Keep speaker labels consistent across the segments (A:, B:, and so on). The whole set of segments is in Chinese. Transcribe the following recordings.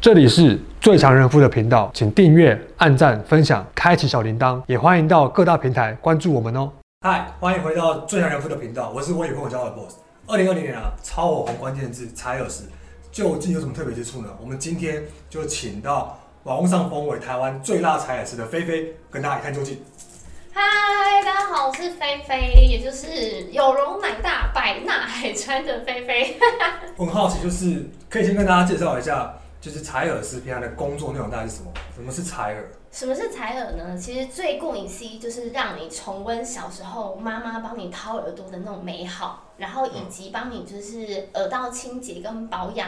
A: 这里是最强人夫的频道，请订阅、按赞、分享、开启小铃铛，也欢迎到各大平台关注我们哦。嗨，欢迎回到最强人夫的频道，我是我女朋友交的 boss。二零二零年啊，超火红关键字才二十，究竟有什么特别之处呢？我们今天就请到网络上封为台湾最辣才二十的菲菲，跟大家一探究竟。
B: 嗨，大家好，我是菲菲，也就是有容乃大、百纳海川的菲菲。
A: 我很好奇，就是可以先跟大家介绍一下，就是采耳师平常的工作内容大概是什么？什么是采耳？
B: 什么是采耳呢？其实最顾名思义就是让你重温小时候妈妈帮你掏耳朵的那种美好，然后以及帮你就是耳道清洁跟保养。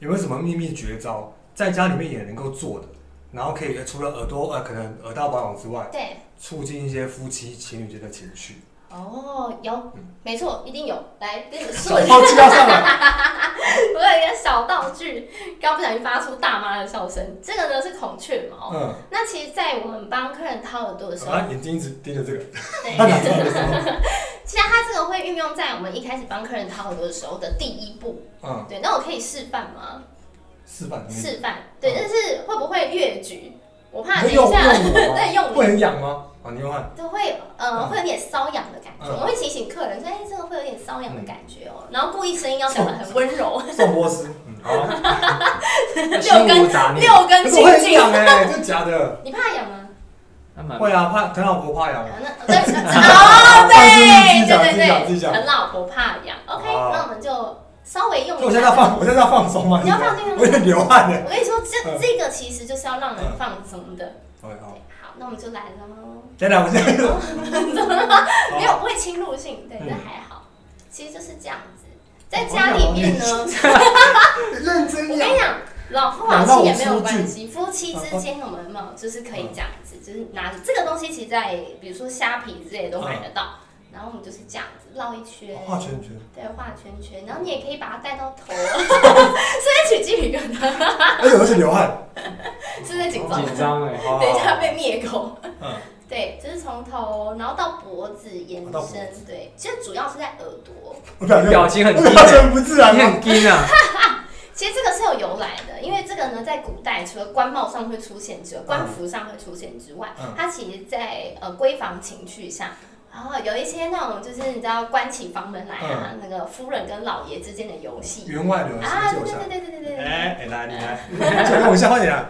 A: 有没有什么秘密绝招，在家里面也能够做的？然后可以除了耳朵呃，可能耳道保养之外，
B: 对，
A: 促进一些夫妻情侣间的情绪。
B: 哦，有
A: 嗯，
B: 没错，一定有。来跟你 们
A: 小
B: 说一下，
A: 偷知道上了，
B: 我有一个小道具，刚不小心发出大妈的笑声。这个呢是孔雀 毛。
A: 嗯，
B: 那其实，在我们帮客人掏耳朵的时候，
A: 他眼睛一直盯着这个，
B: 哎对。
A: 他拿出来的时 候，
B: 其实它这个会运用在我们一开始帮客人掏耳朵的时候的第一步。
A: 嗯，
B: 对，那我可以示范吗？
A: 示范你
B: 示范。对，
A: 嗯
B: 但是会不会越举？我怕
A: 可
B: 等
A: 以
B: 一
A: 用用
B: 下
A: 我
B: 对用
A: 吗？
B: 你
A: 会很痒吗？啊，你用 看，
B: 都会呃
A: 嗯
B: 会有点瘙痒的感觉。
A: 嗯
B: 我会提醒客人说，哎，这个会有点瘙痒的感觉哦，然后故意声音要讲的很温 柔，
A: 送波斯，嗯，好，
B: 六
C: 心无
B: 根
C: 杂念，
B: 六
A: 可
B: 根
A: 是我会很
B: 清净。
A: 痒哎，真的假的？
B: 你怕痒吗？
C: 那蛮
A: 会啊，怕疼老婆怕痒
B: 啊
A: 吗？
B: 那对哦，
A: 放
B: 对
A: 心自己讲
B: 对
A: 自己讲自
B: 对
A: 己
B: 对，
A: 讲
B: 很老婆怕痒。OK，
A: 好
B: 那我们就稍微用
A: 我
B: 一
A: 现在
B: 下
A: 要。放，我现在要放松吗？
B: 你要放松
A: 我有点流汗哎。
B: 我跟你说，这
A: 嗯
B: 这个其实就是要让人放松的。
A: OK，好，
B: 对，好，那我们就来了 喽。
A: 等等，我现在
B: 怎么了？没有，
A: 好
B: 不会侵入性，对，
A: 嗯
B: 这还好。其实就是这样子，在家里面呢，
A: 认
B: 我
A: 真
B: 跟
A: 痒，
B: 你讲，老夫老妻也没有关系，夫妻之间有没有就是可以这样
A: 嗯
B: 子，就是拿着这个东西，其实在比如说虾皮之类都买得到，然后我们就是这样子绕一圈，
A: 嗯画圈圈。
B: 对，画圈圈，然后你也可以把它戴 到头，是在起鸡皮疙瘩，
A: 而且我是流汗。
B: 是在紧张，
C: 紧 张哎，
A: 哦
B: 等一下被灭口。
A: 嗯，
B: 对，就是从头，然后到脖子延
A: 到脖
B: 伸，对，其实主要是在耳朵。
A: 我表情
C: 表 情很低
A: 表情不自然
C: 你
A: 吗？
C: 很惊啊，
B: 其实这个是有由来的，因为这个呢，在古代除了官帽上会出现之外，官服上会出现之外，
A: 嗯
B: 它其实在呃闺房情趣上，然后有一些那种就是你知道关起房门来啊，
A: 嗯
B: 那个夫人跟老爷之间的游戏
A: 员外流是
B: 啊，
A: 就
B: 对
A: 一下
B: 对。对对对对对，
A: 哎，哎来你 来，就跟我笑话你 啊。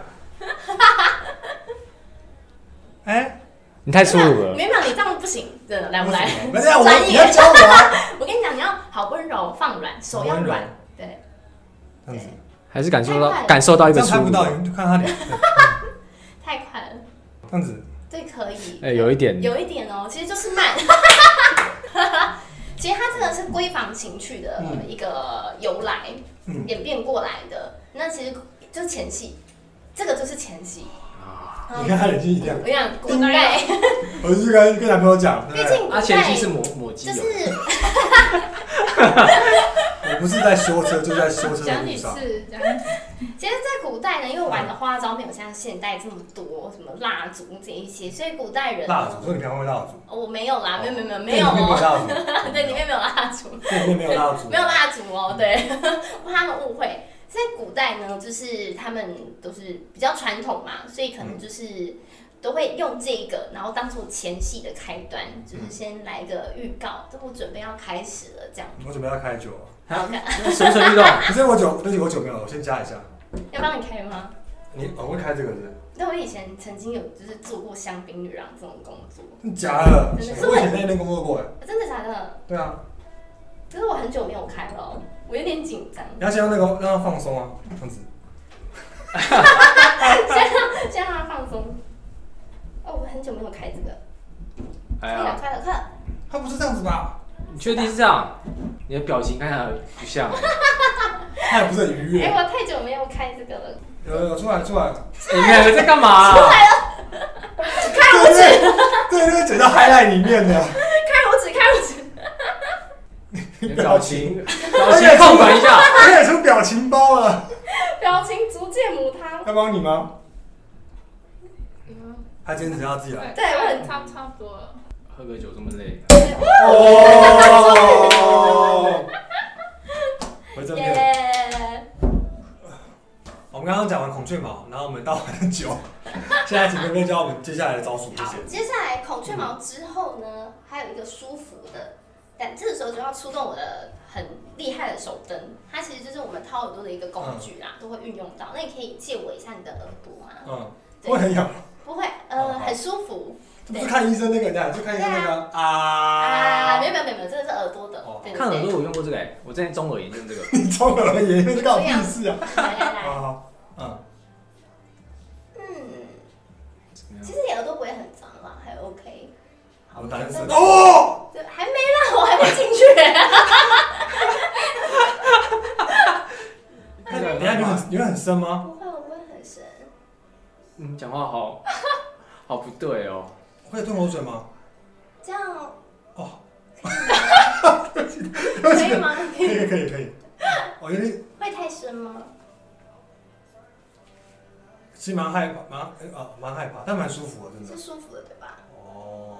A: 哎，
C: 你太粗
B: 没有
C: 鲁了，
B: 没有，你这样不行，真的来不
A: 为
B: 来？
A: 什么没有，我
B: 专业
A: 你要教我 啊。
B: 我跟你讲，你要好温柔，放软，手要
A: 温柔
B: 软，对。
A: 这样子，
C: 还是感受
B: 太快
C: 到
B: 了
C: 感受到一
A: 这样
C: 个粗
A: 拍不
C: 鲁，
A: 到，你就看他脸。对
B: 太快了，
A: 这样子，
B: 对，可以。
C: 哎，有一点
B: 有一点哦，其实就是慢。 其实它这个是闺房情趣的
A: 嗯
B: 一个由来，
A: 嗯
B: 演变过来的。那其实就前戏，这个就是前戏。
C: 啊，
B: 嗯
A: 你看他眼睛一样。
B: 我想古代，
A: 我就跟跟男朋友讲，对
B: 毕
A: 不对？
B: 竟古
C: 啊，前
B: 代
C: 期是抹抹机
B: 就
C: 油，
B: 是
A: 嗯哎我不是在修车，就是在修车的
D: 讲
A: 路
D: 几
A: 上。
D: 次，讲几次
B: 其实，在古代呢，因为玩的花招没有像现代这么多，什么蜡烛这一些，所以古代人
A: 蜡烛，
B: 呢，
A: 说你平常会蜡烛？
B: 哦我没有啦，没有没有没有没
A: 店
B: 有
A: 里面没有
B: 哦，
A: 蜡烛。
B: 对，里面没有蜡烛。
A: 店里面没有蜡烛。
B: 没有。蜡烛哦，对， 怕他们误会。在古代呢，就是他们都是比较传统嘛，所以可能就是都会用这个，然后当做前戏的开端，就是先来个预告，这我准备要开始了，这样。
A: 我准备要开酒，
B: 好看，
C: 蠢蠢欲 动，
A: 可是我酒，但是我酒没有，我先加一下。
B: 要帮你开吗？
A: 你我会开这个是？
B: 那我以前曾经有就是做过香槟女郎这种工作，
A: 真假的？
B: 真的是
A: 我以前在那边工作过哎。
B: 真的假的？
A: 对啊，
B: 可是我很久没有开了哦，我有点紧 张。
A: 你要先用那个让它放松啊，这样子。
B: 先让它放松。哦，我很久没有开这个，快
C: 哎
B: 了
C: 呀，
B: 快了快了！
A: 它不是这样子吧？
C: 你确定是这
B: 啊
C: 样？你的表情看起来不像，
A: 它也不是很愉
B: 哎、
A: 悦。
B: 我太久没有开这个了。
A: 有有出来出来，
C: 哎你们两个在干嘛啊？
A: 对不对？对，那个剪到 highlight 里面的，
B: 开我指，开我指。
C: 你的表 情表情控管一下，
A: 我也出表情包了。
B: 表情逐渐母汤。
A: 要帮你吗？
D: 嗯
A: 他坚持要自己来。
D: 对，
B: 对我很
D: 差差不多了。
C: 喝个酒这么累，
A: 哦。回正
B: 耶、
A: 面。我们刚刚讲完孔雀毛，然后我们 到完酒，现在请哥哥教我们接下来的招数，谢
B: 好
A: 谢。，
B: 接下来孔雀毛之后呢，还有一个舒服的，但这个时候就要出动我的很厉害的手灯，它其实就是我们掏耳朵的一个工具啦，都会运用到。那你可以借我一下你的耳朵吗？
A: 嗯，
B: 对
A: 会很痒，
B: 不会，
A: 哦
B: 呃，
A: 好
B: 很舒服
A: 这不是看医生那个，这样就看医生那个
B: 啊。
A: 啊
B: 没，有没有没有没有，这个是耳朵的
A: 哦，
B: 对对
C: 看耳朵
B: 对。
C: 我用过这个、欸，我之前中耳炎用这个，
A: 你中耳炎，因为这干我屁事啊！
B: 来来来，
A: 好好，嗯，
B: 嗯，
C: 怎么
B: 其
C: 样？
B: 实你耳朵不会很脏啦，还 OK。
A: 我们打算是
B: 那
A: 哦，
B: 对，还没啦，我还没进 去。
A: 等一下你很你会很深吗？
B: 不会，我不会很深。
C: 嗯，讲话好好不对哦、
A: 会吞口水吗？
B: 这样
A: 哦，
B: 可以 吗？
A: 可以可以可以，我有点
B: 会太深吗？
A: 其实蛮害怕，蛮哎啊蛮害怕，但蛮舒服的，真的
B: 是。舒服的，对吧？
A: 哦，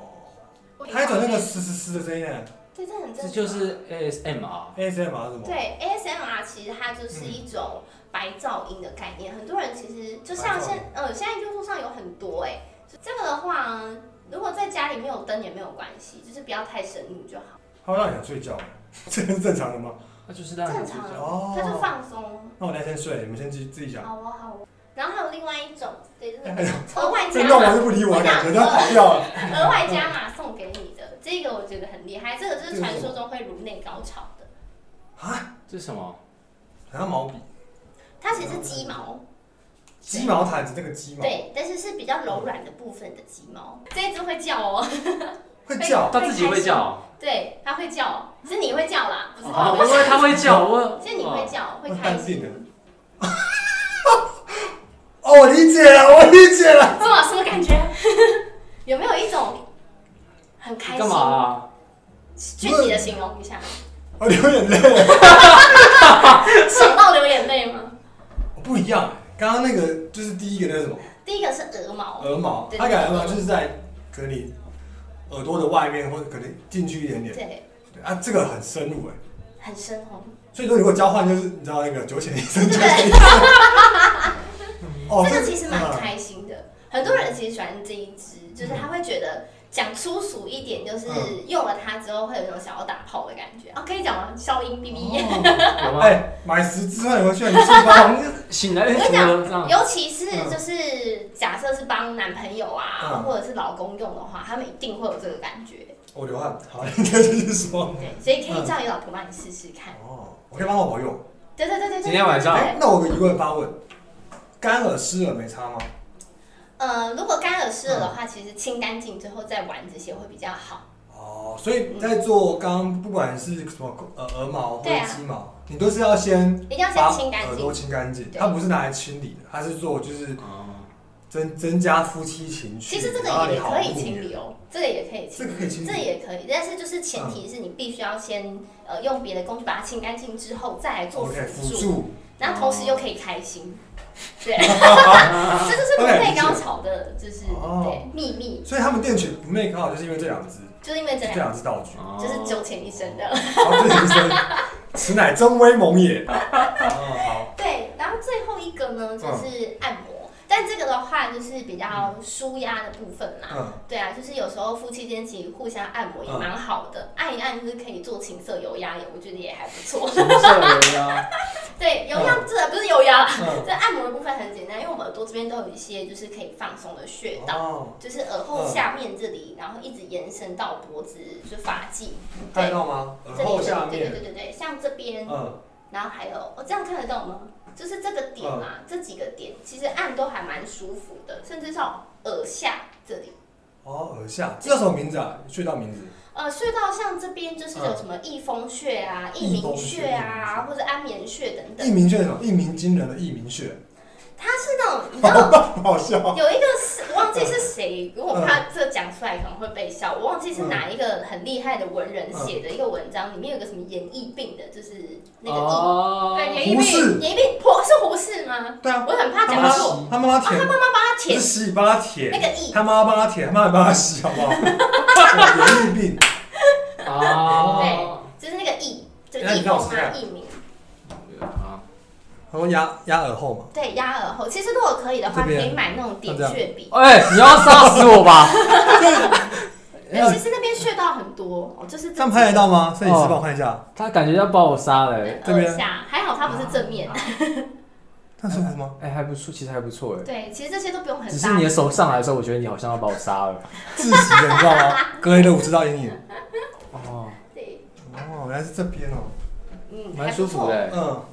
A: 他还有那个嘶嘶嘶的声音呢
B: 对，这很正常。
C: 这
B: 啊
C: 就是 ASMR，
A: ，ASMR 是什么？
B: 对 ASMR，其实它就是一种白噪音的概念。很多人其实就像
A: 白噪音
B: 现呃，现在 YouTube 上有很多哎、就这个的话，如果在家里没有灯也没有关系，就是不要太深入就好，
A: 它会让你想睡觉， 这是正常的吗？
C: 那就是让
B: 正
C: 你
B: 常，啊
A: 哦
B: 它就放松。
A: 那我等一下先睡，你们先自己自己讲。
B: 好哦，好哦。然后还有另外一种，对，这个额外
A: 这
B: 加
A: 弄完
B: 码，
A: 就不理我了，感觉 他跑掉了。
B: 额外加码送给你的，这个我觉得很厉害，这个就是传说中会颅内高潮的。
A: 啊，
C: 这是什么？
A: 好像毛笔，
B: 它其实是鸡毛，
A: 鸡毛毯子那个鸡毛，
B: 对，但是是比较柔软的部分的鸡毛，这一只会叫哦。
A: 会叫。
C: 它自己会叫，
B: 对，它会叫，是你会叫啦，不是它
C: 哦，
B: 会
C: 因为它会叫，我
B: 叫，是你会叫，会
A: 会
B: 开
A: 啊淡定的
B: 心。
A: 哦，我理解了， 我理解了。
B: 这么什么感觉？ 有没有一种很开
C: 你
B: 心
C: 干？嘛啊？
B: 具体的形容一下，
A: 我哦流眼泪了。
B: 爽到流眼泪吗？
A: 不一样，刚刚那个就是第一个那个什么
B: 第一个是鹅毛，
A: 鹅毛，
B: 哦对
A: 它感觉到就是在可能你耳朵的外面，或者可能进去一点点。
B: 对，
A: 对啊，这个很深入哎。
B: 很深 红。
A: 所以说，如果交换就是你知道那个九浅一 深，九浅一深。
B: 对，
A: 哦
B: 这个其实蛮开心的。很多人其实喜欢这一只，就是他会觉得讲粗俗一点，就是
A: 嗯
B: 用了它之后会有一种想要打炮的感觉。哦，可以讲吗？消音哔哔。
A: 哦
C: 有吗？
A: 哎，买十支你回去，你去吧。
C: 醒来，
B: 我
C: 哎，
B: 跟你
C: 怎
B: 讲
C: 么了？这
A: 嗯
C: 样，
B: 尤其是就是假设是帮男朋友啊，
A: 嗯
B: 或者是老公用的话，他们一定会有这个感觉。
A: 我哦流汗，好，你该就是 说。
B: 对，所以可
A: 嗯
B: 以叫你老婆帮你试试看。
A: 哦，我可以帮老婆用。
B: 对对对对对。
C: 今天晚上
B: 对
A: 哎，那我有个疑问发问：干耳湿耳没差吗？
B: 呃，如果干耳湿了的话，其实清干净之后再玩这些会比较好。
A: 哦，所以在做刚刚不管是什么呃鹅毛或者
B: 对啊
A: 鸡毛，你都是要先
B: 一定要
A: 把
B: 先清干
A: 耳朵
B: 净。
A: 清干净，
B: 对
A: 它不是拿来清理的，它是做就是
C: 哦
A: 增增加夫妻情趣。
B: 其实这
A: 然后
B: 个
A: 让你
B: 也
A: 好
B: 可以
A: 入
B: 清
A: 眠
B: 理哦，这个也可以清
A: 这
B: 理。
A: 个可以清
B: 这
A: 理。嗯
B: 也可以，但是就是前提是你必须要先呃用别的工具把它清干净之后，再来做
A: OK，
B: 辅
A: 辅
B: 助，
A: 助。
B: 然后同时又可以开心，对。
C: 啊
B: 这就是颅内高潮的，就是
A: 哦
B: 对秘密，
A: 所以他们店取不内刚好就是因为这两只，
B: 就是因为这
A: 这
B: 样，
A: 两只道具。
B: 就是九浅一生的。
A: 好，这是医生，此乃真威猛也。哦，
B: 对，然后最后一个呢
A: 嗯
B: 就是按摩，但这个的话就是比较舒压的部分
A: 好，
B: 啦。
A: 嗯，
B: 对啊，就是有时候夫妻间其实互相按摩也蛮好的，按一按就是可以做情色油压，也我觉得也还不 错。
C: 哦 什么色人啊？
B: 对，油压这不是油压啦，
A: 嗯
B: 这按摩的部分很简单，因为我们耳朵这边都有一些就是可以放松的穴道。
A: 哦，
B: 就是耳后下面这里，然后一直延伸到脖子，就发际，
A: 看得到吗？
B: 这
A: 耳
B: 里
A: 后
B: 这
A: 下
B: 里，对对对
A: 面，
B: 对对，像这边，
A: 嗯，
B: 然后还有，我、这样看得到吗？就是这个点
A: 嗯
B: 啊，这几个点其实按都还蛮舒服的，甚至到耳下这里。
A: 哦，耳下，这叫什么名字啊？穴道名字？
B: 呃，穴道像这边就是有什么翳风穴啊、翳
A: 翳风嗯
B: 明
A: 穴
B: 穴啊，或者安眠穴等
A: 一
B: 等。
A: 鸣穴是什么？一鸣惊人的一鸣穴，
B: 它是那种，你知道
A: 好棒，好笑。
B: 有一个是忘记是谁，如果我怕这讲出来可能会被笑。我忘记是哪一个很厉害的文人写的一个文章，里面有个什么演疫病的，就是那个疫
C: 哦
D: 对演
A: 胡适，
B: 演疫病，胡是胡适吗？
A: 对啊，
B: 我很怕
A: 他
B: 讲
A: 妈
B: 错，
A: 他妈妈舔，
B: 他
A: 不是
B: 舔
A: 洗，帮他
B: 那
A: 舔，
B: 个疫，
A: 他妈妈帮他舔，他妈妈帮他洗，好不好？有疫病，
C: 啊
B: 对，就是那个疫，就是
A: 哎
B: 疫
A: 你看
B: 风
A: 我试
B: 啊
A: 看
B: 疫民。
C: 啊，
A: 然后压压耳后嘛，
B: 对，压耳后。其实如果可以的话，
A: 这
B: 可
A: 边
B: 以买那种点
A: 像这样
B: 穴笔。
C: 哎、你要杀死我吧！
B: 哎、其实那边穴道很多，哦，就是
A: 这样拍得到吗？摄影师
C: 哦
A: 帮我看一下，
C: 他感觉要把我杀了、哎
A: 这边啊
B: 二下，还好它不是正面。
A: 那舒服吗？
C: 哎、还不错，其实还不错 哎、
B: 对，其实这些都不用很
C: 只是
B: 大
C: 你的手上来的时候，我觉得你好像要把我杀了。
A: 窒息的，你知道吗？隔离了五十道阴影。
C: 哦，
B: 对，
A: 哦，原来是这边哦。
B: 嗯，
C: 蛮舒服的、
B: 还不错。
C: 哎
A: 嗯，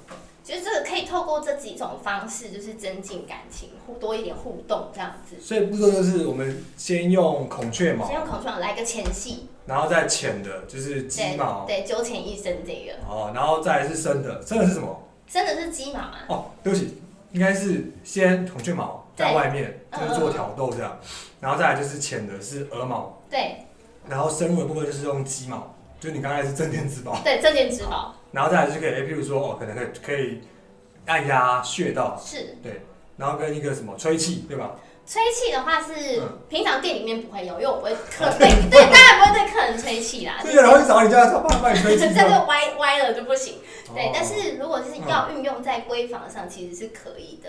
B: 就是这个可以透过这几种方式，就是增进感情，互多一点互动这样子。
A: 所以步骤就是我们先用孔雀毛
B: 先，用口腔来个前戏，
A: 然后再浅的，就是鸡
B: 对
A: 毛。
B: 对，九浅一深这个
A: 哦，然后再来是深的，深的是什么？
B: 真的是鸡毛啊，
A: 哦，对不起，应该是先孔雀毛在外面，
B: 对嗯
A: 就是做挑逗这样，然后再来就是浅的是鹅毛，
B: 对
A: 然后深入的部分就是用鸡毛，就是你刚才是镇店之宝，
B: 对，这点指宝
A: 然后再来就可以，哎譬如说哦，可能可以可以按压穴道，
B: 是
A: 然后跟一个什么吹气，对吧？
B: 吹气的话是、
A: 嗯啊
B: 平常店里面不会有，因为我不会客对对，当然不会对客人吹气啦，
A: 对，啊然后去找你家的时候，帮你吹气
B: 这
A: 这
B: 这
A: 样。
B: 就歪歪了就不行。对
A: 哦，
B: 但是如果是要运用在闺房上，其实是可以的。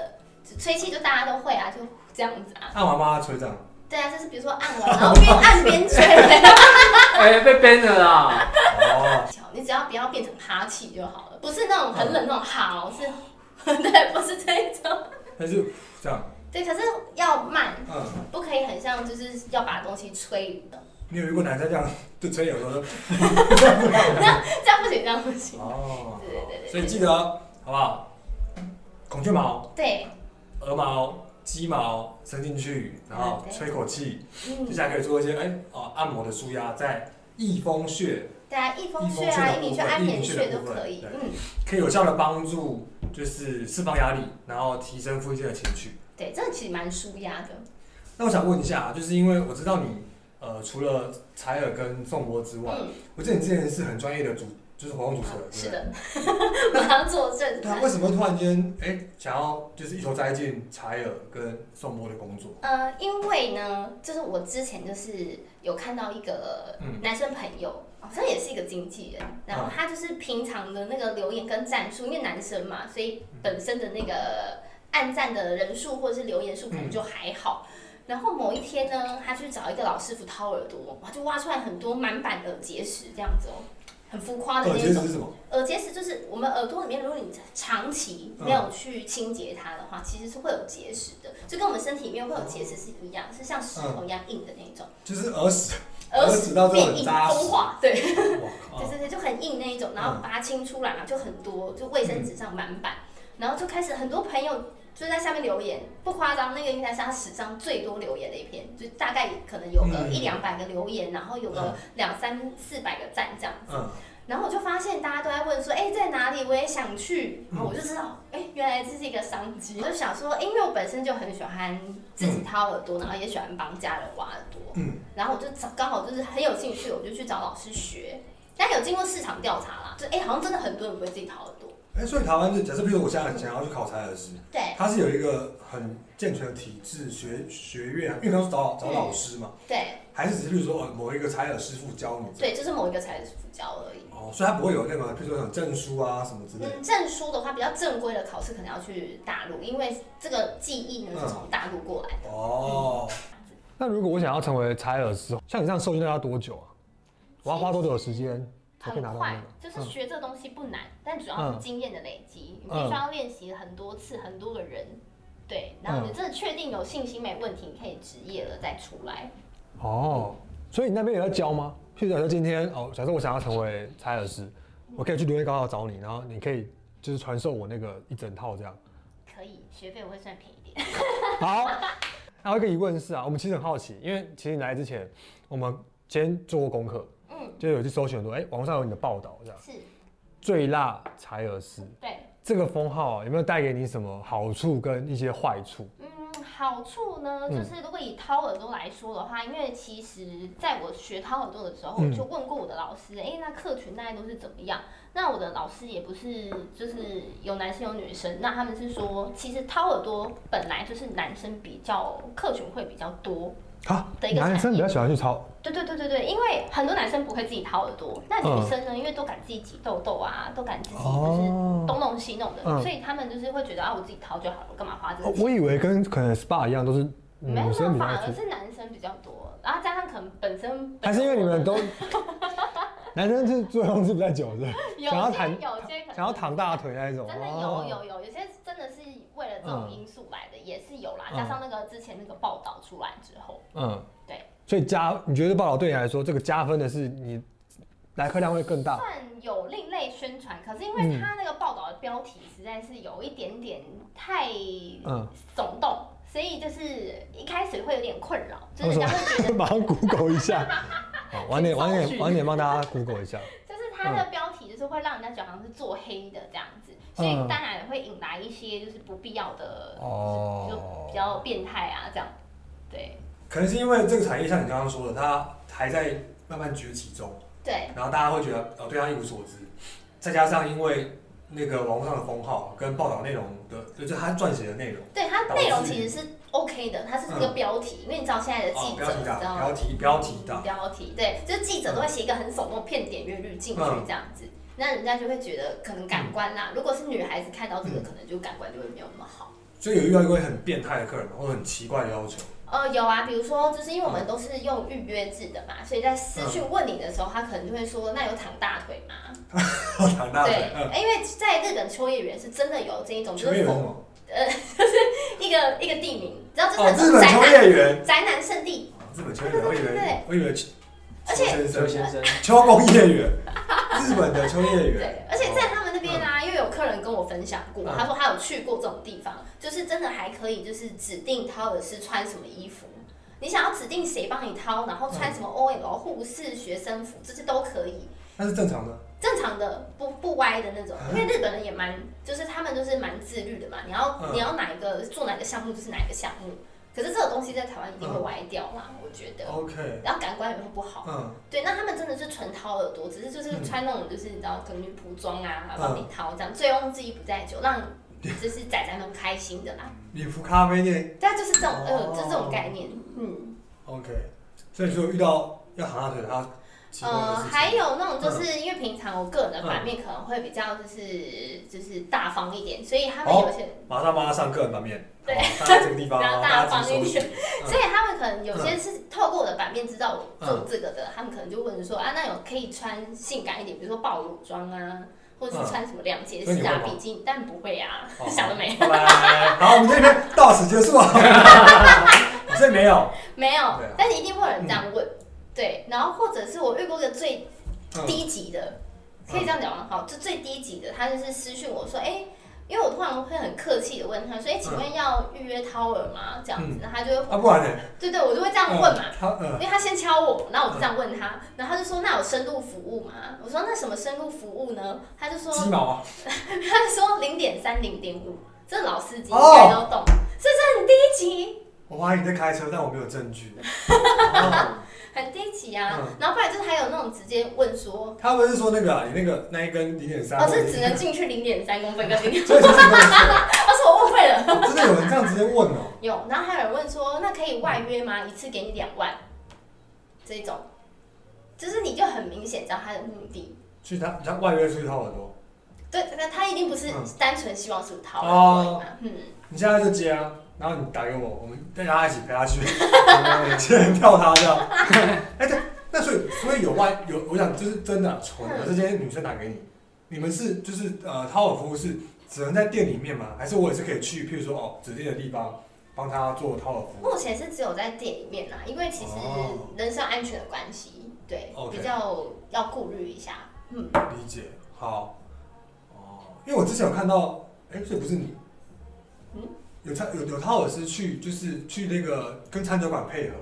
B: 吹气就大家都会啊，就这样子啊。
A: 按完帮他吹这样，
B: 对啊，就是比如说按完，然后 边按边吹。
C: 哎、被 ban 了啦！
A: 哦，
B: 你只要不要变成哈气就好了，不是那种很冷那种哈哦，是，对，不是这一种。
A: 那就这样，
B: 对，可是要慢，
A: 嗯，
B: 不可以很像就是要把东西吹的，
A: 你有遇过男生这样就吹有时候就
B: 这样不行，这样不行。
A: 哦，
B: 对对对
A: 所以记得哦好不好？孔雀毛。
B: 对，
A: 鹅毛、鸡毛伸进去，然后
B: 嗯对
A: 吹口气，接
B: 嗯，
A: 下来可以做一些哎哦按摩的舒压，在翳风穴
B: 对啊，一风穴啊，一明穴、安眠穴都可以。嗯，
A: 可以有效的帮助，就是释放压力，然后提升夫妻间的情绪。
B: 对，这个其实蛮舒压的。
A: 那我想问一下啊，就是因为我知道你呃除了采耳跟颂钵之外，
B: 嗯，啊
A: 我记得你之前是很专业的主，就是活动主持人，对
B: 是
A: 不对？
B: 的， 马上作证。
A: 对啊，为什么会突然间哎、想要就是一头栽进采耳跟颂钵的工作？
B: 呃，因为呢，就是我之前就是有看到一个
A: 嗯
B: 男生朋友，好像也是一个经纪人，然后
A: 啊
B: 他就是平常的那个留言跟战术，因为男生嘛，所以本身的那个按赞的人数或者是留言数可
A: 嗯
B: 能就还好。然后某一天呢，他去找一个老师傅掏耳朵，哇，就挖出来很多满版的结石，这样子哦，很浮夸的
A: 耳
B: 那
A: 哦结石
B: 一种。
A: 是什么？
B: 耳结石就是我们耳朵里面，如果你长期没
A: 嗯
B: 有去清洁它的话，其实是会有结石的，就跟我们身体里面会有结石是一样，是像石头一样硬的那种，
A: 就是耳屎。
B: 耳
A: 耳屎哦到最后
B: 变
A: 很
B: 硬
A: 扎实
B: 风化，对，
A: 哇靠！嗯
B: 对对对，就很硬那一种，然后把它清出来嘛，就很多，就卫生纸上满版，然后就开始很多朋友就在下面留言，不夸张，那个应该是他史上最多留言的一篇，就大概可能有个
A: 嗯
B: 一两百个留言，然后有
A: 嗯
B: 个两三四百个赞这样子。
A: 嗯，
B: 然后我就发现大家都在问说，哎、在哪里？我也想去。然后我就知道，哎、原来这是一个商机。我就想说，哎因为我本身就很喜欢自己掏耳朵，然后也喜欢帮家人挖耳朵。
A: 嗯，
B: 然后我就找，刚好就是很有兴趣，我就去找老师学。但有经过市场调查啦，就哎、好像真的很多人不会自己掏耳朵。
A: 哎、所以台湾就假设，比如我现在想要去考采耳师，
B: 对
A: 它是有一个很健全的体制、学学院，啊因为他是找找老师嘛，
B: 对
A: 还是只是比如说呃某一个采耳师傅教你？
B: 对，就是某一个才是辅教而已。
A: 哦，所以他不会有那个，比如说有证书啊什么之类的。
B: 嗯，证书的话比较正规的考试可能要去大陆，因为这个技艺呢是从大陆过来的。
A: 哦，
E: 那如果我想要成为采耳师，像你这样受训要多久啊？我要花多久的时间才可以
B: 很
E: 拿到那
B: 快
E: 个？，嗯
B: 就是学这东西不难，但主要是经验的累积，你必须要练习很多次，很多个人，对，然
E: 嗯
B: 后你真的确定有信心没问题，你可以职业了再出来。
E: 哦，所以你那边有在教吗？譬如假设今天哦，假设我想要成为采耳师，我可以去留言高校找你，然后你可以就是传授我那个一整套这样。
B: 可以，学费我会算便宜一点。
E: 好，还有一个疑问是啊，我们其实很好奇，因为其实你来之前，我们先做过功课，
B: 嗯，
E: 就有去搜寻很多，哎、网络上有你的报道这样，
B: 是，
E: 最辣采耳师
B: 对，
E: 这个封号啊有没有带给你什么好处跟一些坏处？
B: 嗯，好处呢，
E: 嗯
B: 就是如果以掏耳朵来说的话，因为其实在我学掏耳朵的时候，我
E: 嗯
B: 就问过我的老师，哎、那客群大概都是怎么样？那我的老师也不是就是有男生有女生，那他们是说，其实掏耳朵本来就是男生比较客群会比较多，
E: 啊
B: 的一，个
E: 男
B: 产
E: 生比
B: 业
E: 较。喜欢去操，
B: 对对对对对，因为很多男生不会自己掏耳朵，那
E: 嗯
B: 女生呢，因为都敢自己挤痘痘啊，都敢自己就是
E: 哦
B: 东弄西弄的，
E: 嗯
B: 所以他们就是会觉得啊，我自己掏就好了，我干嘛花这
E: 哦
B: 个钱？
E: 我以为跟可能 SPA 一样，都是
B: 没有
E: 女，生比较
B: 反而
E: 爱去，
B: 是男生比较多，然后加上可能本身
E: 还是因为你们 都男生是作用是比较久的，
B: 有
E: 想要
B: 些
E: 躺
B: 有些可能
E: 想要躺大腿那一种，哦
B: 真的有有有，有些真的是为了这种
E: 嗯
B: 因素来的，也是有啦。
E: 嗯
B: 加上那个之前那个报道出来之后，
E: 嗯，
B: 对，
E: 所以加你觉得报道对你来说这个加分的是你来客量会更大，
B: 算有另类宣传，可是因
E: 嗯
B: 为他那个报道的标题实在是有一点点太
E: 嗯，
B: 耸动，所以就是一开始会有点困扰，就
E: 为
B: 是
E: 什
B: 人
E: 么
B: 家会觉得，
E: 马上 Google 一 下，好，晚点
B: 请搜
E: 晚点
B: 寻
E: 晚点帮大家 Google 一 下，
B: 就是他
E: 嗯
B: 的标题就是会让人家觉得好像是做黑的这样子，所以
E: 嗯
B: 当然也会引来一些就是不必要的，
E: 哦
B: 就是比较变态啊这样，对
A: 可能是因为这个产业像你刚刚说的，它还在慢慢崛起中，
B: 对，
A: 然后大家会觉得哦对它一无所知，再加上因为那个网络上的封号跟报道内容的，就是它撰写的内容，
B: 对它内容其实是 OK 的，它是这个
A: 嗯
B: 标题，因为你知道现在的
A: 哦
B: 记
A: 不要
B: 者，
A: 提
B: 你
A: 到，
B: 知道
A: 不
B: 吗
A: 要？提不要提到，
B: 标题，对，就是记者都会写一个很耸动骗点阅率进去
A: 嗯
B: 这样子，那人家就会觉得可能感官啦，如果是女孩子看到这
A: 嗯
B: 个，可能就感官就会没有那么好。
A: 所以有遇到一位很变态的客人吗，或者很奇怪的要求，
B: 呃，有啊，比如说，就是因为我
A: 嗯
B: 们都是用预约制的嘛，所以在私讯问你的时候，他可能就会说，那有躺大腿吗？
A: 唐大
B: 对
A: 腿，，嗯，
B: 因为在日本秋叶原是真的有这一种，
A: 秋
B: 就
A: 叶
B: 是
A: 原
B: 否
A: 吗？
B: 一个一个地名，你知道这
A: 哦，
B: 是
A: 日本
B: 宅
A: 秋
B: 男
A: 叶原，
B: 宅男圣地，
A: 哦日本秋叶原，我以为
B: 对
A: 我以为
B: 而且
A: 秋
C: 周
A: 先生
C: 先生，
A: 秋工业园，日本的秋叶原，
B: 对，而且在他们那边啊，因为有客人跟我分享过，
A: 嗯
B: 他说他有去过这种地方，就是真的还可以，就是指定掏耳师穿什么衣服，你想要指定谁帮你掏，然后穿
A: 嗯
B: 什么 OL、护士、学生服，这些都可以，
A: 那是正常的。
B: 正常的不不歪的那种。
A: 嗯
B: 因为日本人也蛮，就是他们就是蛮自律的嘛，你要、
A: 嗯
B: 你要哪一个做哪个项目就是哪一个项目。可是这个东西在台湾一
A: 嗯
B: 定会歪掉啦，我觉得，
A: OK，
B: 然后感官也会不好。
A: 嗯，
B: 对，那他们真的是纯掏耳朵，只是就是
A: 嗯
B: 穿那种就是你知道可能女仆装啊，
A: 嗯
B: 帮你掏这样，醉翁之意不在酒，让就是仔仔们开心的啦。
A: 礼服咖啡店
B: 但就是这种呃，
A: 哦
B: 就是这种概念，嗯，
A: OK，所以说遇到要喊大腿的他奇怪的
B: 呃，
A: 事情，嗯
B: 还有那种就是因为平常我个人的版面可能会比较就是就是大方一点，所以他们
A: 哦
B: 有些
A: 马上帮他上个人版面，
B: 对
A: 好吧，大家这个 地方
B: 比较
A: 啊，大
B: 大
A: 家自己搜
B: 方一
A: 寻
B: 点，
A: 嗯
B: 所以他们可能有些是透过我的版面知道我做这个的，他们可能就问说啊，那有可以穿性感一点，比如说暴露装啊，或者是穿什么两节
A: 嗯那你
B: 式
A: 会吗
B: 啊、比基尼，但不会啊
A: 哦，
B: 想得美，
A: 拜拜。好，我们这边到此结束啊， 这没有，
B: 没有
A: 对啊，
B: 但是一定会有人这样问，对，然后或者是我遇过一个最
A: 嗯
B: 低级的，可以这样讲吗？好，就最低级的，他就是私讯我说，哎、因为我通常会很客气的问他
A: 嗯
B: 说，哎、请问要预约掏耳吗？这样子，那他就会，
A: 啊，不然呢？
B: 对对，我就会这样问嘛。
A: 嗯他嗯
B: 因为他先敲我，然后我就这样问他，然后他就说那有深度服务吗？我说那什么深度服务呢？他就说
A: 鸡毛啊，
B: 他就说零点三零点五，这老司机应
A: 哦
B: 该都懂，所以这很低级，
A: 我怀疑你在开车，但我没有证 据。哦
B: 很低级啊。
A: 嗯
B: 然后不然就是还有那种直接问说，
A: 他们是说那个啊，你那个那一根零点三，
B: 哦，这只能进去零点三公分跟零点，
A: 所以就是这 样
B: 他说我误会了。
A: 哦子真的有人这样直接问哦。
B: 有，然后还有人问说，那可以外约吗？一次给你两万，这种，就是你就很明显知道他的目的。
A: 去他他外约出去掏耳朵，
B: 对，那他一定不是
A: 嗯
B: 单纯希望是我掏
A: 哦
B: 耳朵而已嘛，嗯。
A: 你现在就接啊，然后你打给我，我们大家一起陪他去，接人跳他这样。 哎、对，那所以所以有外有，我想就是真的啊纯的，
B: 嗯
A: 是这些女生打给你，你们是就是呃掏耳服务是只能在店里面吗？还是我也是可以去，譬如说哦指定的地方帮他做掏耳服务？
B: 目前是只有在店里面啦，因为其实
A: 哦
B: 人身安全的关系，对
A: OK
B: 比较要顾虑一下。嗯，
A: 理解，好，哦，因为我之前有看到，哎、所以不是你，
B: 嗯
A: 有掏有有掏耳师去就是去那个跟餐酒馆配合，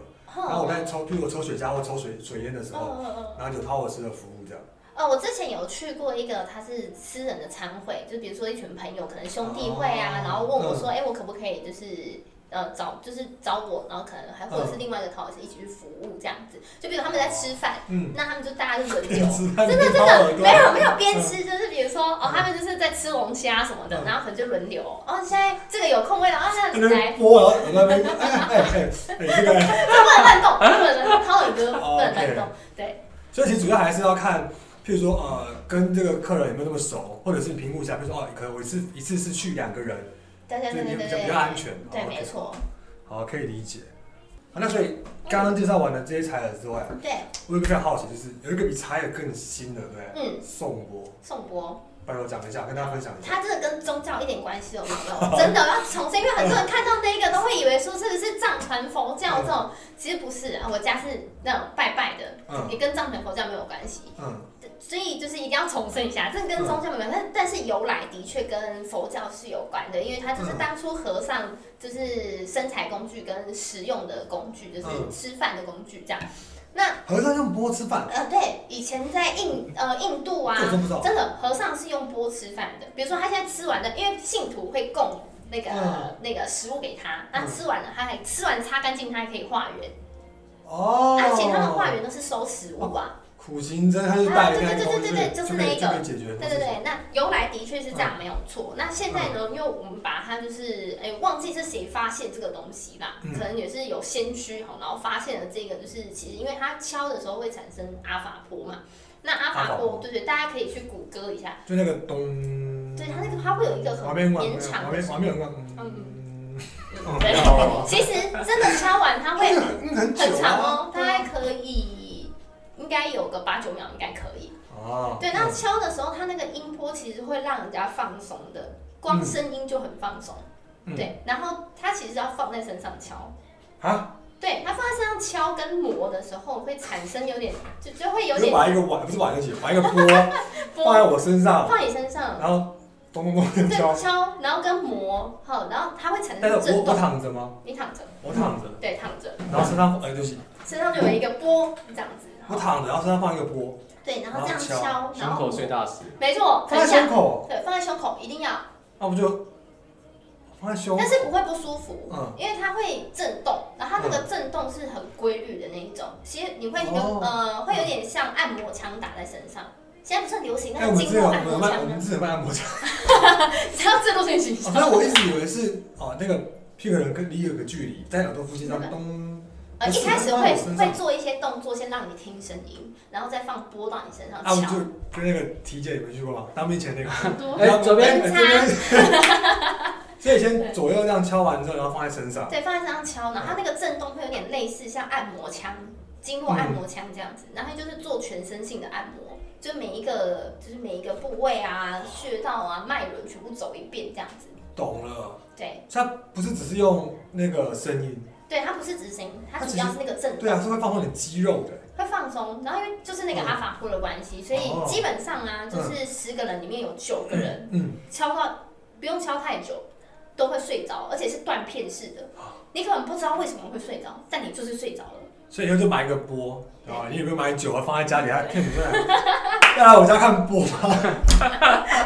A: 然后我在抽，譬如我抽雪茄或抽水水烟的时
B: 嗯
A: 候。
B: 嗯嗯嗯
A: 然后就掏我师的服务这样。
B: 呃，我之前有去过一个，他是私人的餐会，就比如说一群朋友，可能兄弟会啊，
A: 哦
B: 然后问我说，哎、我可不可以就是呃找就是找我，然后可能还或者是另外一个陶老师一起去服务这样子，就比如他们在吃饭，
A: 嗯，
B: 那他们就大家就轮流
A: 边。吃饭
B: 真的
A: 边
B: 真
A: 掏
B: 的
A: 耳朵
B: 没有没有边吃，就是比如说哦，他们就是在吃龙虾什么的，然后可能就轮流哦，现在这个有空位了啊，那
A: 在
B: 你
A: 那
B: 来
A: 边播，然后耳朵在那边哎哎哎哎这个。
B: 不能乱动，不能乱动，掏耳哥不能乱动，对，
A: 所以其实主要还是要看，譬如说呃，跟这个客人有没有那么熟，或者是评估一下，譬如说哦，可能我一次一次是去两个人，
B: 大家
A: 就
B: 对
A: 比
B: 对
A: 较
B: 对
A: 比
B: 对，
A: 较安全。
B: 对，
A: 哦
B: 没
A: ，OK，
B: 错，
A: 好，可以理解。好，那所以刚刚介绍完了这些采耳之外，
B: 对，
A: 我有个非常好奇，就是有一个比采耳更新的，对不对？
B: 嗯，
A: 颂钵，
B: 宋博，
A: 拜托讲一下，跟大家分享一下。
B: 他真的跟宗教一点关系都没有，真的要重申，因为很多人看到那个都会以为说是不是藏传佛教这种，其实不是啊，我家是那种拜拜的，
A: 嗯
B: 也跟藏传佛教没有关系。
A: 嗯
B: 所以就是一定要重申一下，这跟宗教没关，但、但是由来的确跟佛教是有关的，因为它就是
A: 嗯
B: 当初和尚就是生财工具跟食用的工具，就是
A: 嗯
B: 吃饭的工具这样。
A: 和尚用钵吃饭，
B: 呃，对，以前在印呃印度啊
A: 这我，真不知道。
B: 真的和尚是用钵吃饭的。比如说他现在吃完的，因为信徒会供那个、
A: 嗯
B: 那个食物给他，那
A: 嗯
B: 吃完了他还吃完擦干净，他还可以化缘。
A: 哦，
B: 而且他们化缘都是收食物啊。
A: 苦行僧，他就带了一
B: 啊
A: 个
B: 对对对对对就是
A: 就可以
B: 那一个
A: 就可以解决。
B: 对对对，那由来的确是这样，没有错。那现在呢，因为我们把它就是，哎，忘记是谁发现这个东西啦，
A: 嗯
B: 可能也是有先驱哈，然后发现了这个，就是其实因为它敲的时候会产生阿法波嘛。那阿
A: 阿
B: 法
A: 法
B: 波
A: 波，
B: 对对，大家可以去谷歌一下，
A: 就那个咚。
B: 对它那个它会有一个很
A: 旁边管
B: 绵长
A: 旁
B: 的
A: 边
B: 声
A: 旁
B: 音，
A: 边有管。嗯，哦
B: 对
A: 哦，
B: 其实真的敲完它会
A: 那个那个很
B: 很
A: 久
B: 长
A: 啊。
B: 哦，大概可以应该有个八九秒，应该可以。
A: 哦
B: 对，那敲的时候，它那个音波其实会让人家放松的，光声音就很放松。
A: 嗯
B: 对，然后它其实要放在身上敲，
A: 啊，
B: 对，它放在身上敲跟磨的时候会产生有点，就就会有
A: 我就
B: 点
A: 把一个碗不是碗就起，把 一个钵放在
B: 波
A: 我身上，
B: 放你身上，
A: 然后咚咚咚
B: 对
A: 的，哎敲。
B: 敲，然后跟磨，好，然后它会产
A: 但
B: 生
A: 是我
B: 震
A: 我
B: 动。
A: 躺着吗？
B: 你躺着，
A: 我躺着，
B: 对，躺着，
A: 然后身上哎对不起，
B: 身上就有一个波这样子，
A: 我躺着，然后身上放一个钵，
B: 对，然后这样
A: 然后
B: 敲，
C: 胸
B: 然后
C: 口碎大石，
B: 没错，
A: 放
B: 很
A: 在胸
B: 像，
A: 口，
B: 对，放在胸口一定要，
A: 那不就放在胸
B: 但？是不会不舒服，
A: 嗯
B: 因为它会震动，然后它那个震动是很规律的那一种，其实你会有、
A: 哦
B: 呃会有点像按摩枪打在身上。现在不是很流行那
A: 哎，
B: 个
A: 我们
B: 筋
A: 这
B: 络
A: 有我
B: 按摩
A: 们卖我
B: 枪吗
A: 们？自己卖按摩枪，
B: 只要自动性形
A: 哦
B: 象
A: 所以我一直以为是哦那个屁股人跟离有个距离，在耳朵附近，然后咚。
B: 呃，
A: 不是
B: 一开始
A: 放在
B: 会
A: 我身上
B: 会做一些动作，先让你听声音，然后再放波到你身上
A: 啊，我们
B: 敲。
A: 就跟那个体检有没有去过吗？当兵前那个，
B: 哦
D: 很多
C: 哎左边
A: 哎这边，所以先左右这样敲完之后，然后放在身上。
B: 对，放在身上敲，然后它那个震动会有点类似像按摩枪、经络按摩枪这样子，然后就是做全身性的按摩，就每一个就是每一个部位啊、穴道啊、脉轮全部走一遍这样子。
A: 懂了，
B: 对，
A: 所以它不是只是用那个声音，
B: 对，它不是执行，它
A: 它
B: 主
A: 其
B: 要
A: 实
B: 是那个震
A: 对啊，
B: 动，
A: 是会放松你的肌肉的。
B: 会放松。然后因为就是那个
A: 嗯
B: 阿法波的关系，所
A: 哦
B: 以基本上啊，就是十个人里面有九个人
A: 嗯，
B: 敲到不用敲太久都会睡着，而且是断片式的
A: 啊。
B: 你可能不知道为什么会睡着，但你就是睡着了。
A: 所以以后就买一个钵，然后你有没有买酒啊？放在家里，还骗你们来， 要来我家看波吗？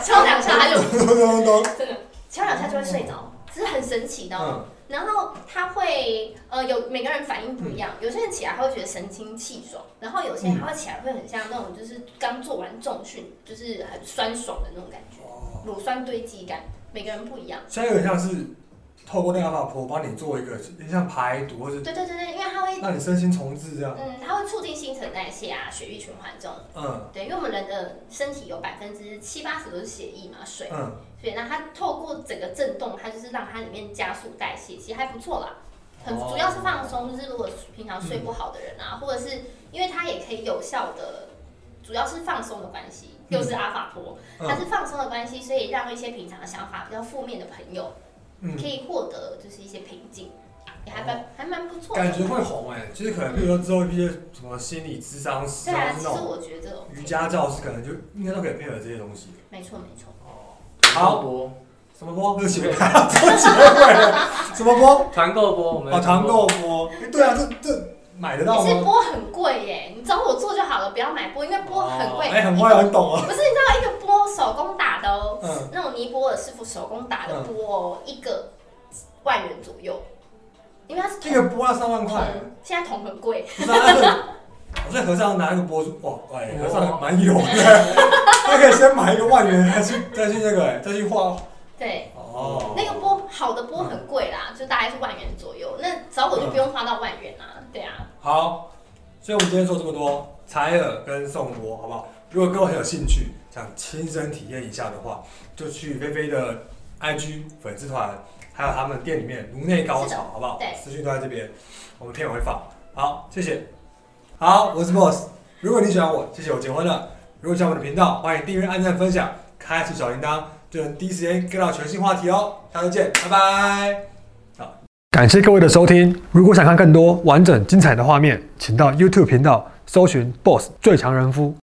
B: 敲两下它就
A: 咚咚咚咚。
B: 真的敲两下就会睡着，这是很神奇的、
A: 嗯，
B: 哦。然后它会呃有每个人反应不一样，有些人起来他会觉得神清气爽，然后有些人他会起来会很像那种就是刚做完重训，就是很酸爽的那种感觉，
A: 哦
B: 乳酸堆积感，每个人不一样。
A: 现在有点像是透过那个法婆帮你做一个，像排毒或者
B: 对对对对，因为它会
A: 让你身心重置这样。
B: 嗯它会促进新陈代谢啊，血液循环这种。
A: 嗯
B: 对，因为我们人的身体有百分之七八十都是血液嘛，水，
A: 嗯，
B: 所以那它透过整个震动，它就是让它里面加速代谢，其实还不错啦。很
A: 哦嗯
B: 主要是放松，就是如果平常睡不好的人啊，或者是因为它也可以有效的，主要是放松的关系，又是阿法波，
A: 嗯
B: 它是放松的关系，所以让一些平常想法比较负面的朋友，
A: 嗯哦
B: 可以获得就是一些平静，也还蛮还蛮不错的。
A: 感觉会红哎、就是可能比如说之后一些什么心理智商师
B: 对啊
A: 啊，，
B: 其
A: 那
B: 实
A: 种
B: 我觉得 OK
A: 瑜伽教师，可能就应该都可以配合这些东西。
B: 没错没错，
A: 哦，
C: 团购波，
A: 什么 波？对不起，我看到周杰伦了什么波？
C: 团购波，我们
A: 哦，团购波。哎对啊，这这买得到
B: 可是
A: 吗？
B: 波很贵耶，你找我做就好了，不要买波，因为波很贵，
A: 哎，很会很懂哦。
B: 不是，你知道一个波手工打的哦，
A: 嗯
B: 那种尼泊尔师傅手工打的波哦，一个万元左右，因为它是
A: 这个
B: 铜，
A: 波要上万块，
B: 铜现在铜很贵，
A: 不是啊？那和尚拿那个钵监，哇，哎，和尚蛮有的，他可以先买一个万元，再去再去那个，哎再去画。
B: 对，
A: 哦，
B: 那个波好的波很贵啦，就大概是万元左右。那早我就不用花到万元啦，对啊，
A: 好，所以我们今天说这么多采耳跟送钵，好不好？如果各位有兴趣想亲身体验一下的话，就去菲菲的 IG 粉丝团，还有他们店里面颅内高
B: 是的
A: 潮，好不好？
B: 对
A: 资讯都在这边，我们片尾会放。好，谢谢。好，我是 Boss。如果你喜欢我，谢谢我结婚了。如果喜欢我的频道，欢迎订阅、按赞、分享，开启小铃铛，就能第一时间跟到全新话题哦。下周见，拜拜。感谢各位的收听。如果想看更多完整精彩的画面，请到 YouTube 频道搜寻 “Boss 最强人夫”。